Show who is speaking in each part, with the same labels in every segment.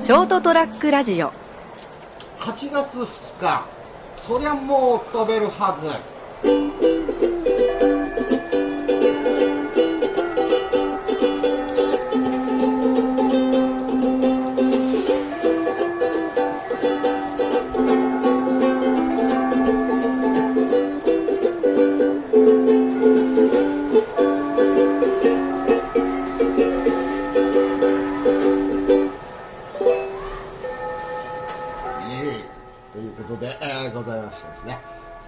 Speaker 1: ショートトラックラジオ
Speaker 2: 8月2日そりゃもう飛べるはずええということで、えーございましてですね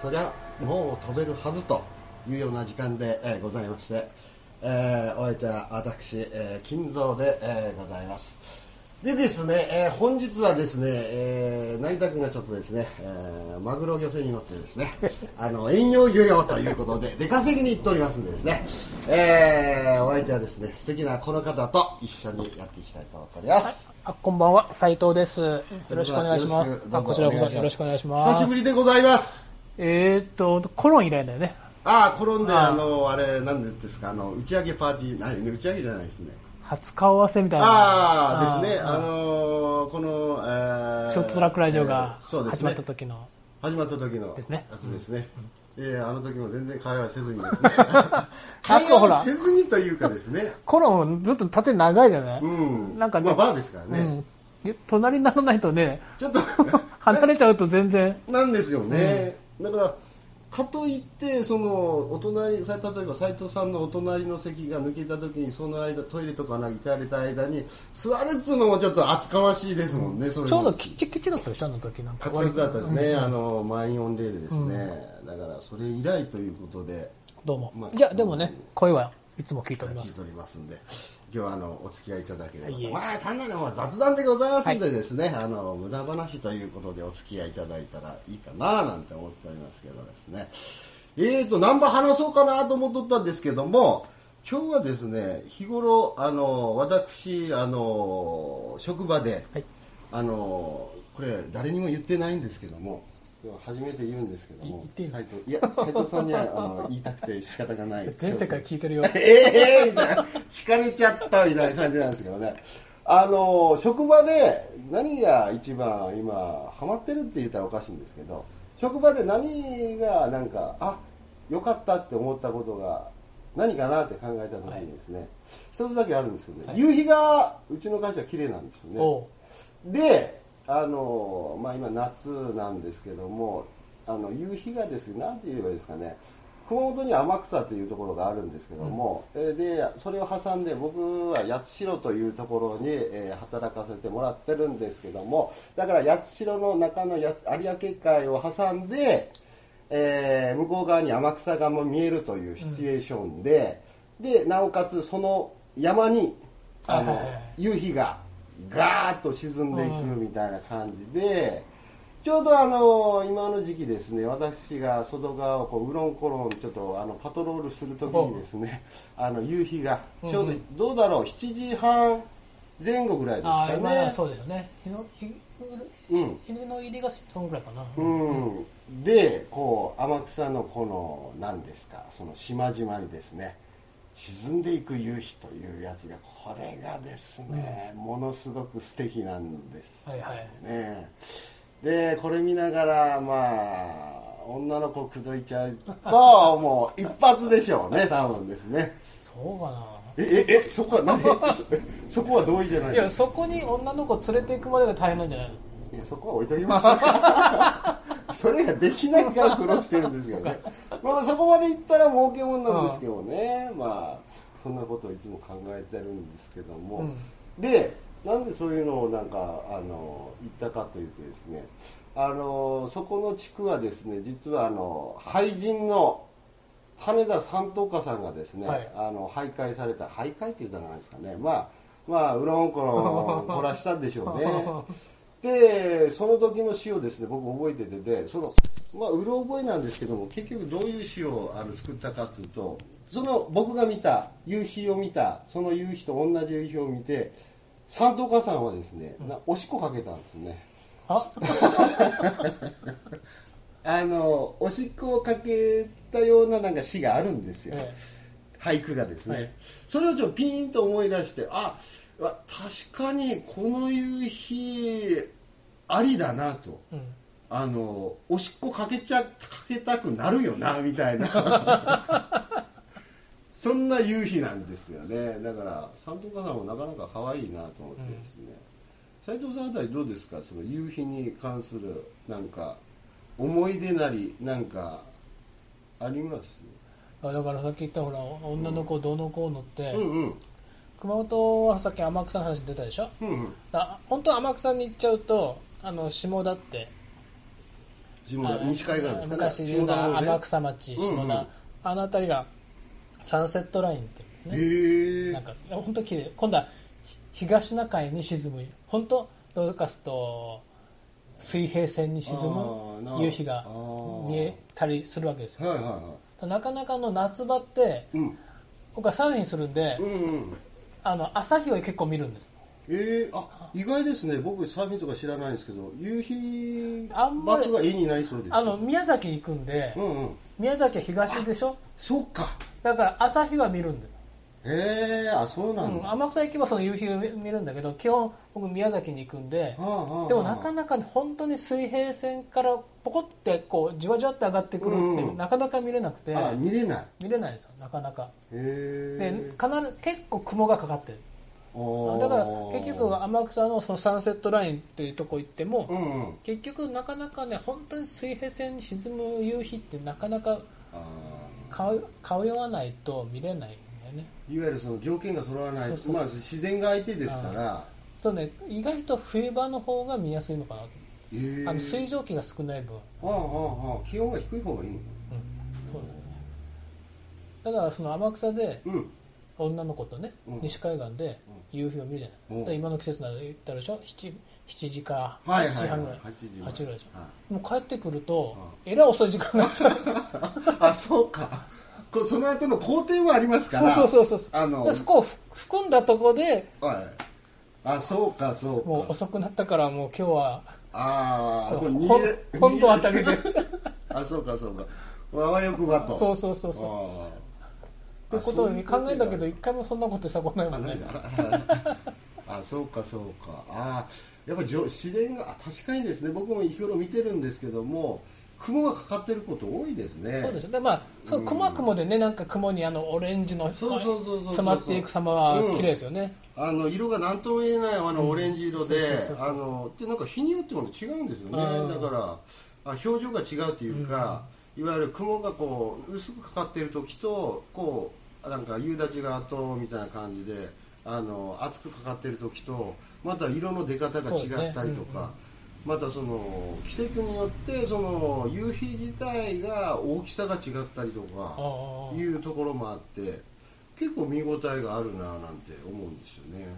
Speaker 2: そりゃもう飛べるはずというような時間で、えーございまして、えーお相手は私、えー金蔵で、えーございますでですね、えー本日はですね、えー成田君がちょっとですね、えーマグロ漁船に乗ってですね あの遠洋漁業ということで出稼ぎに行っておりますんでですね、えーお相手はですね素敵なこの方と一緒にやっていきたいと思っております、
Speaker 3: あこんばんは斉藤です。よろしくお願いします
Speaker 2: よろし。く
Speaker 3: あこちら
Speaker 2: ど
Speaker 3: こ
Speaker 2: う
Speaker 3: そ
Speaker 2: ぞ
Speaker 3: よろしくお願いします。
Speaker 2: 久しぶりでございます。
Speaker 3: えーっとコロン以来だよね。
Speaker 2: ああ、転んで、
Speaker 3: あー
Speaker 2: あの、あれ、なんですか、あの、打ち上げパーティー、何、打ち上げじゃないですね。
Speaker 3: 初顔合わせみたいな。
Speaker 2: ああ、ですね、
Speaker 3: あ
Speaker 2: あのー、この、えー
Speaker 3: ショートトラックラジオが
Speaker 2: えーそうです
Speaker 3: 始
Speaker 2: ね
Speaker 3: まった時の。
Speaker 2: 始まった時の
Speaker 3: ですね
Speaker 2: やつですね。ええあの時も全然会話せずにですね。
Speaker 3: あ
Speaker 2: 会
Speaker 3: そこほら
Speaker 2: 話をせずにというかですね。
Speaker 3: コロンずっと縦長いじゃない。
Speaker 2: うん。
Speaker 3: なんかね
Speaker 2: まあ、バーですから
Speaker 3: う
Speaker 2: ね。
Speaker 3: ん。隣にならないとね
Speaker 2: ちょっと、
Speaker 3: 離れちゃうと全然。
Speaker 2: なんですよね、だからかといってそのお隣さ例えば斉藤さんのお隣の席が抜けた時にその間トイレとかなんか行かれた間に座るっつうのもちょっと厚かましいですもんね、それも
Speaker 3: ちょうどキッチキチだったでしょあの時なん
Speaker 2: カ
Speaker 3: か。
Speaker 2: ツカツだったですね、あの満員御礼でですね、だからそれ以来ということで
Speaker 3: どうも
Speaker 2: まあ。
Speaker 3: いやでもね声はいつも聞いておりま
Speaker 2: 聞い
Speaker 3: す。
Speaker 2: ておりますんで今日はあのお付き合いいただければ
Speaker 3: いえ
Speaker 2: まあ単なるまあ雑談でございますんでですね、あの無駄話ということでお付き合いいただいたらいいかななんて思っておりますけどですねえーとナンバー話そうかなと思っとったんですけども今日はですね日頃あの私あの職場で、
Speaker 3: はい
Speaker 2: あのこれ誰にも言ってないんですけども今日初めて言うんですけども
Speaker 3: い言って
Speaker 2: 斉藤いや斉藤さんにはあの言いたくて仕方が ない
Speaker 3: 全世界聞いてるよ。
Speaker 2: ええみたいな、聞かれちゃったみたいな感じなんですけどね。あの、職場で何が一番今、ハマってるって言ったらおかしいんですけど、職場で何がなんか、あ、良かったって思ったことが何かなって考えた時にですね、一、つだけあるんですけどね、夕日がうちの会社綺麗なんですよね。
Speaker 3: おう
Speaker 2: であの、まあ、今夏なんですけどもあの夕日がですねなんて言えばいいですかね熊本には天草というところがあるんですけども、えーでそれを挟んで僕は八代というところに、えー働かせてもらってるんですけどもだから八代の中のやす有明海を挟んで、えー向こう側に天草がもう見えるというシチュエーションで、でなおかつその山にあの、
Speaker 3: はいはいはい
Speaker 2: 夕日がガーッと沈んでいくみたいな感じで、ちょうどあの今の時期ですね私が外側をこううろんころんちょっとあのパトロールする時にですねあの夕日がちょうどどうだろう7時半前後ぐらいです
Speaker 3: ああ
Speaker 2: か
Speaker 3: 今は
Speaker 2: ね。
Speaker 3: そうですよね。日の日
Speaker 2: うん
Speaker 3: 日の入りがそのぐらいかな。
Speaker 2: うん、でこう天草のこの何ですかその島々にですね沈んでいく夕日というやつがこれがですね、ものすごく素敵なんですよね、でこれ見ながらまあ女の子口説いちゃうと もう一発でしょうね多分ですね
Speaker 3: そうかな。
Speaker 2: えええそこは何えそそ こは同意じゃない
Speaker 3: い
Speaker 2: いや
Speaker 3: やそこに女の子連れていくまでが大変なんじゃないの
Speaker 2: そこは置いときましょう それができないから苦労してるんですけどねまあまあそこまでいったら儲けもんなんですけどねまあそんなことをいつも考えてるんですけども、でなんでそういうのをなんかあの言ったかというとですねあのそこの地区はですね実はあの廃人の羽田三等家さんがですね、
Speaker 3: はい
Speaker 2: あの徘徊された徘徊って言ったらないですかねまあまあうろんこ ろん凝らしたんでしょうねでその時の詩をですね僕覚えててでそのまあうろ覚えなんですけども結局どういう詩をあの作ったかっていうとその僕が見た夕日を見たその夕日と同じ夕日を見て三等家さんはですね、なおしっこかけたんですね
Speaker 3: あ
Speaker 2: あのおしっこをかけたようななんか詩があるんですよ、
Speaker 3: ええ
Speaker 2: 俳句がですね、
Speaker 3: はい
Speaker 2: それをちょっとピーンと思い出してあわ確かにこの夕日ありだなと
Speaker 3: うん。
Speaker 2: あのおしっこかけちゃかけたくなるよなみたいなそんな夕日なんですよねだから三藤家さんもなかなか可愛いなと思ってですね、斉藤さんあたりどうですかその夕日に関するなんか思い出なりなんかあります
Speaker 3: あだからさっき言ったほら、女の子どうのこうのって、
Speaker 2: うんうん
Speaker 3: 熊本はさっき天草の話出たでしょ
Speaker 2: うんうん
Speaker 3: だ本当は天草に行っちゃうと、あの、下田って、
Speaker 2: 下田西海岸ですかね
Speaker 3: 昔で言う
Speaker 2: 下田のね
Speaker 3: 天草町、下田、
Speaker 2: うんうん
Speaker 3: あの辺りがサンセットラインって言うんです
Speaker 2: へ
Speaker 3: ね。
Speaker 2: え
Speaker 3: なんか、いや本当綺麗。今度はひ東シナ海に沈む、本当どうかすると、水平線に沈
Speaker 2: あーな
Speaker 3: む夕日が
Speaker 2: あー
Speaker 3: 見えたりするわけですよ。
Speaker 2: はいはいは
Speaker 3: なかなかの夏場って、
Speaker 2: いうん
Speaker 3: 僕はサーフィンするんで、
Speaker 2: うんうん
Speaker 3: あの、朝日を結構見るんです。
Speaker 2: えー、あ意外ですね僕サーフィンとか知らないんですけど夕日
Speaker 3: あんまり
Speaker 2: バックが絵になりそうです
Speaker 3: あの、宮崎に行くんで、
Speaker 2: うんうん
Speaker 3: 宮崎は東でしょ
Speaker 2: そっか
Speaker 3: だから朝日は見るんです。
Speaker 2: ええー、あそうな
Speaker 3: うんん、
Speaker 2: だ、
Speaker 3: 天草行けばその夕日を見るんだけど基本僕宮崎に行くんで
Speaker 2: ああああ
Speaker 3: でもなかなか本当に水平線からポコってこうじわじわって上がってくるって、
Speaker 2: うん
Speaker 3: なかなか見れなくて
Speaker 2: あ見れない
Speaker 3: 見れないんですよなかなか
Speaker 2: え
Speaker 3: で
Speaker 2: え
Speaker 3: 必ず結構雲がかかってる
Speaker 2: ー、
Speaker 3: だから結局天草のそのサンセットラインっていうとこ行っても、
Speaker 2: うんうん
Speaker 3: 結局なかなかね本当に水平線に沈む夕日ってなかなか
Speaker 2: あ
Speaker 3: か通わないと見れないんだよね
Speaker 2: ーいわゆるその条件が揃わない
Speaker 3: そうそうそう
Speaker 2: まあ自然が相手ですから
Speaker 3: そうね意外と冬場の方が見やすいのかなと
Speaker 2: ええー、
Speaker 3: あの水蒸気が少ない分、うん、
Speaker 2: あああああ気温が低い方がいいの
Speaker 3: そうだねだからその天草で
Speaker 2: うん
Speaker 3: 女の子とね、
Speaker 2: うん
Speaker 3: 西海岸で夕日を見るじゃない、
Speaker 2: うん
Speaker 3: だから今の季節なら言ったでしょ 7, 7時か
Speaker 2: はい
Speaker 3: 8
Speaker 2: はい
Speaker 3: 時半ぐ
Speaker 2: は
Speaker 3: ら
Speaker 2: い
Speaker 3: い、
Speaker 2: 8時
Speaker 3: 8時ぐらいでしょ、
Speaker 2: はい
Speaker 3: もう帰ってくると、えらい遅い時間になっちゃう
Speaker 2: あそうかこその後の工程もありますから
Speaker 3: そうそうそうそう
Speaker 2: あの
Speaker 3: でそこをふ含んだとこで
Speaker 2: はいあそうかそうか
Speaker 3: もう遅くなったからもう今日は
Speaker 2: ああこれ
Speaker 3: 本
Speaker 2: 逃げれ
Speaker 3: 本堂あたりで
Speaker 2: あそうかそうかわわよくばと
Speaker 3: そう
Speaker 2: う
Speaker 3: そうそうそうっ
Speaker 2: あー
Speaker 3: てことを考えたけど
Speaker 2: あ
Speaker 3: 一回もそんなことしたことないもん
Speaker 2: そうい
Speaker 3: ね
Speaker 2: う手があ ないああそうかそうかああやっぱじょ自然があ確かにですね僕も日頃見てるんですけども雲がかかってること多いですね
Speaker 3: そうでしょでまあその雲は雲でねなんか雲にあのオレンジの
Speaker 2: そうそうそうそうそう
Speaker 3: 染まっていく様は綺麗ですよね、
Speaker 2: あの色が何とも言えないあのオレンジ色で
Speaker 3: そうそうそうそう
Speaker 2: あのでなんか日によっても違うんですよ
Speaker 3: あー
Speaker 2: ねだからあ表情が違うというか、いわゆる雲がこう薄くかかっている時とこうなんか夕立ちが後みたいな感じであの厚くかかっている時とまた色の出方が違ったりとか、またその季節によってその夕日自体が大きさが違ったりとか。
Speaker 3: ああ
Speaker 2: いうところもあって結構見応えがあるなぁなんて思うんですよね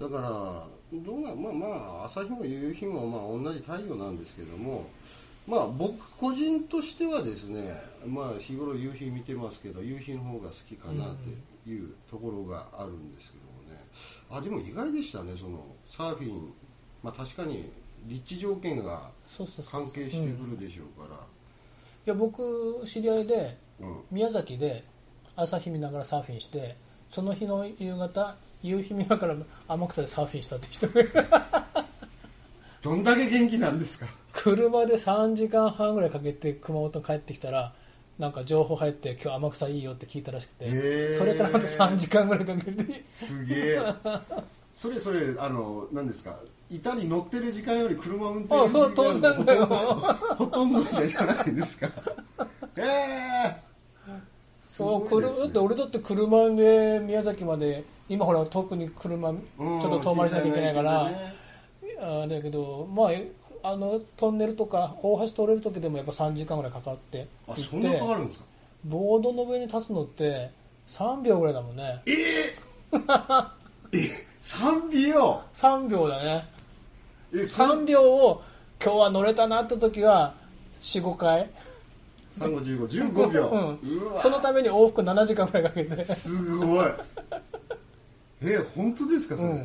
Speaker 2: だからどうなんまあまあ朝日も夕日もまあ同じ太陽なんですけどもまあ僕個人としてはですねまあ日頃夕日見てますけど夕日の方が好きかなっていうところがあるんですけどもねあでも意外でしたねそのサーフィンまあ確かに立地条件が
Speaker 3: そうそうそう
Speaker 2: 関係してくるでしょうか
Speaker 3: いや僕知り合いで
Speaker 2: らうん
Speaker 3: 宮崎で朝日見ながらサーフィンしてその日の夕方夕日見ながら天草でサーフィンしたって人が
Speaker 2: どんだけ元気なんですか
Speaker 3: 車で3時間半ぐらいかけて熊本に帰ってきたらなんか情報入って今日天草いいよって聞いたらしく
Speaker 2: へー
Speaker 3: てそれからまた3時間ぐらいかけて
Speaker 2: すげ えそれそれあの何ですか板に乗ってる時間より車を運転
Speaker 3: あそう当
Speaker 2: 時間
Speaker 3: 然だよ
Speaker 2: ほとんどの 人じゃないですかええ
Speaker 3: そう、
Speaker 2: すごい
Speaker 3: 車
Speaker 2: ですね
Speaker 3: だって俺だって車で宮崎まで今ほら特に車ちょっと遠回りしなきゃいけないから、あだけどまああのトンネルとか大橋通れる時でもやっぱ3時間ぐらいかかって
Speaker 2: あ
Speaker 3: 行って
Speaker 2: そんな変わるんですか
Speaker 3: ボードの上に立つのって3秒ぐらいだもんね
Speaker 2: え3秒
Speaker 3: 3秒だね
Speaker 2: え
Speaker 3: 3
Speaker 2: 3
Speaker 3: 秒を今日は乗れたなって時は45回
Speaker 2: 三五十五十五秒、
Speaker 3: うん
Speaker 2: うわ
Speaker 3: そのために往復7時間ぐらいか けて
Speaker 2: すごいえ本当ですかそれ、
Speaker 3: うん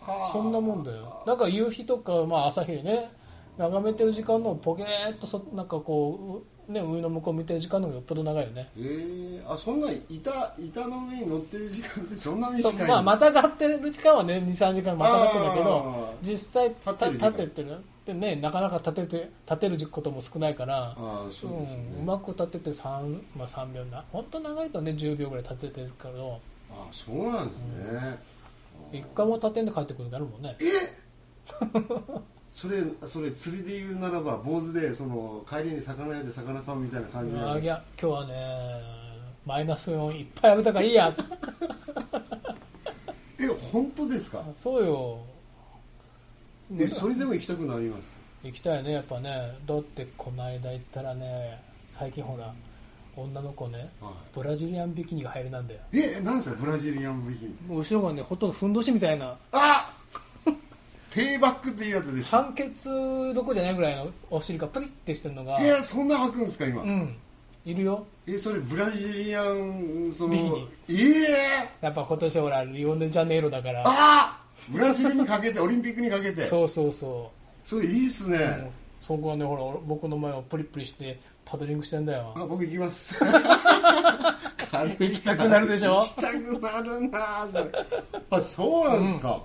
Speaker 2: はあ
Speaker 3: そんなもんだよだから夕日とか、まあ、朝日ね眺めてる時間のポケーっとそなんかこうね、上の向こう見てる時間の方がよっぽど長いよね。
Speaker 2: えー、あそんな板板の上に乗ってる時間ってそんな短いんです
Speaker 3: まあ、ま
Speaker 2: か
Speaker 3: たがってる時間はね、2、3時間またがってんだけど
Speaker 2: あ、ー
Speaker 3: 実際、
Speaker 2: 立
Speaker 3: た
Speaker 2: ってる時間
Speaker 3: 立ててるでね、なかなか立てて、立てることも少ないから、
Speaker 2: あーそうですよね
Speaker 3: んうまく立てて三まあ、3秒な、本当長いとね、10秒ぐらい立ててるけど、
Speaker 2: あそうなんですね、
Speaker 3: 1回も立てんで帰ってくるんだろうもんね。
Speaker 2: それそれ釣りで言うならば坊主でその帰りに魚屋で魚買うみたいな感じなん
Speaker 3: あ
Speaker 2: で
Speaker 3: い
Speaker 2: す
Speaker 3: や、今日はね、マイナス4いっぱい浴びたからいいや。
Speaker 2: え本当ですか
Speaker 3: そうよ。
Speaker 2: えそれでも行きたくなります
Speaker 3: 行きたいねやっぱねだってこの間行ったらね最近ほら女の子ね、
Speaker 2: は
Speaker 3: ブラジリアンビキニが入りなんだよ
Speaker 2: えなんですかブラジリアンビキニ
Speaker 3: もう後ろがねほとんどふんどしみたいな
Speaker 2: あペイバックっていうやつです
Speaker 3: 酸欠どころじゃないぐらいのお尻がプリってしてるのが
Speaker 2: えー、そんな履くんですか今、
Speaker 3: うんいるよ
Speaker 2: えそれブラジリアンそ の
Speaker 3: ビキニ
Speaker 2: ええ
Speaker 3: やっぱ今年ほらリオネジャネイロだから
Speaker 2: ああブラジルにかけてオリンピックにかけてそ
Speaker 3: そうそうそ
Speaker 2: れいいっすね、
Speaker 3: う、そこはねほら僕の前をプリプリしてパドリングしてんだよ
Speaker 2: あ僕行きます
Speaker 3: 行きたくなるでしょ
Speaker 2: 行きたくなるなあそれあそうなんですか、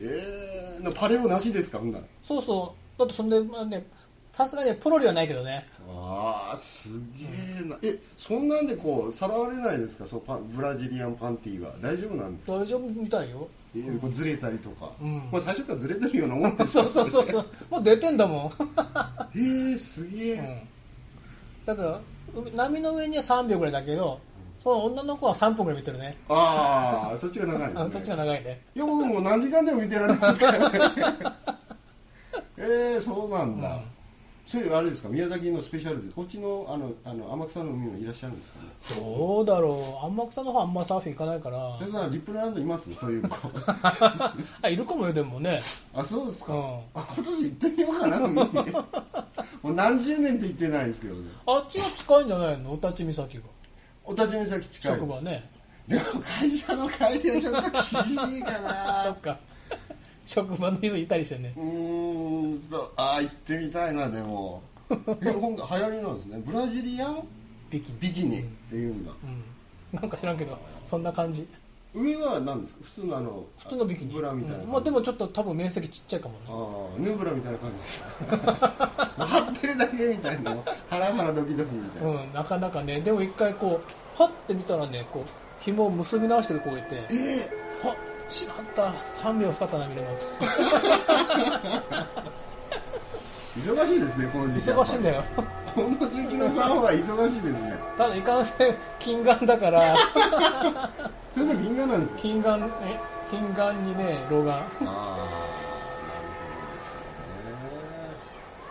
Speaker 2: ええー、なパレオなしですかほんなら
Speaker 3: そうそうだってそんでまあねさすがにねポロリはないけどね
Speaker 2: ああすげえなえそんなんでこうさらわれないですかそうパンブラジリアンパンティーは大丈夫なんですか、
Speaker 3: 大丈夫みた いよ
Speaker 2: えーこうずれたりとか、
Speaker 3: ん
Speaker 2: まあ、最初からずれてるようなもんです
Speaker 3: そうそうそうそうもう出てんだもん
Speaker 2: えー、すげえ、
Speaker 3: だからう波の上には3秒ぐらいだけどその女の子は3分ぐらい見てるね
Speaker 2: ああそっちが長いです
Speaker 3: あ
Speaker 2: ね
Speaker 3: そっちが長いね
Speaker 2: いや僕もう何時間でも見てられますから ねえー、そうなんだ、そういうあれですか宮崎のスペシャルでこっちのあのあの天草の海もいらっしゃるんですかね
Speaker 3: どうだろう天草の方あんまサーフィン行かないから
Speaker 2: 先生さんリップルランドいますそういう子
Speaker 3: あいるかもよでもね
Speaker 2: あそうですか、
Speaker 3: うん
Speaker 2: あ今年行ってみようかな海に もう何十年って行ってないですけどね
Speaker 3: あっちが近いんじゃないの御立岬が
Speaker 2: お立ち岬近いです
Speaker 3: 職場ね
Speaker 2: でも会社の帰りはちょっと厳しいか
Speaker 3: そ
Speaker 2: な
Speaker 3: っか 職場の人いたりしてね
Speaker 2: うーんそうあー行ってみたいなでも え本当流行りなんですねブラジリアン
Speaker 3: ビキニ
Speaker 2: ビキニっていうんだ、
Speaker 3: うんなんか知らんけどそんな感じ
Speaker 2: 上は何ですか普通のあの
Speaker 3: 普通のビキニ
Speaker 2: ブラみたいな感じ、
Speaker 3: うんまあでもちょっと多分面積ちっちゃいかもね
Speaker 2: ああヌーブラみたいな感じです張ってるだけみたいなハラハラドキドキみたいな、
Speaker 3: うん、なかなかね、でも一回こう、はって見たらね、こう、紐を結び直してる子がいて、は知らんた、3秒使ったな、見るの。
Speaker 2: 忙しいですねこの時期
Speaker 3: 忙しいん
Speaker 2: ね
Speaker 3: だよ。
Speaker 2: この時期のサーファー忙しいですね
Speaker 3: ただ、いかんせん、金眼だから、
Speaker 2: それ銀河なんですか
Speaker 3: 金眼、え、金眼にね、老眼。
Speaker 2: ああ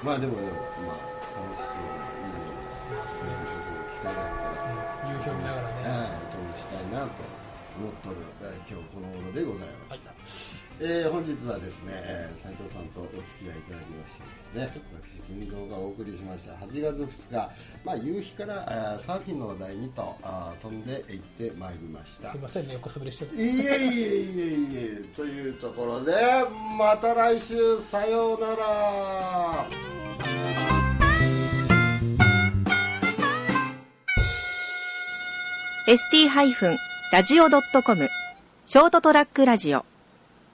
Speaker 2: なるほどですねまあでもでもまあ楽しそうでいいじゃないですかそういうことを聞かなかったら
Speaker 3: 夕日を見ながらね。
Speaker 2: ああお供したいなと思っとるえー今日この頃でございました、えー本日はですね、えー斉藤さんとお付き合いいただきましてですね私文蔵がお送りしました8月2日、まあ、夕日からあーサーフィンの話題にとあー飛んで行ってまいりました
Speaker 3: すいませんね、横滑りしてる。
Speaker 2: いえいえいえいえというところでまた来週さようなら
Speaker 1: ST-radio.com ショートトラックラジオ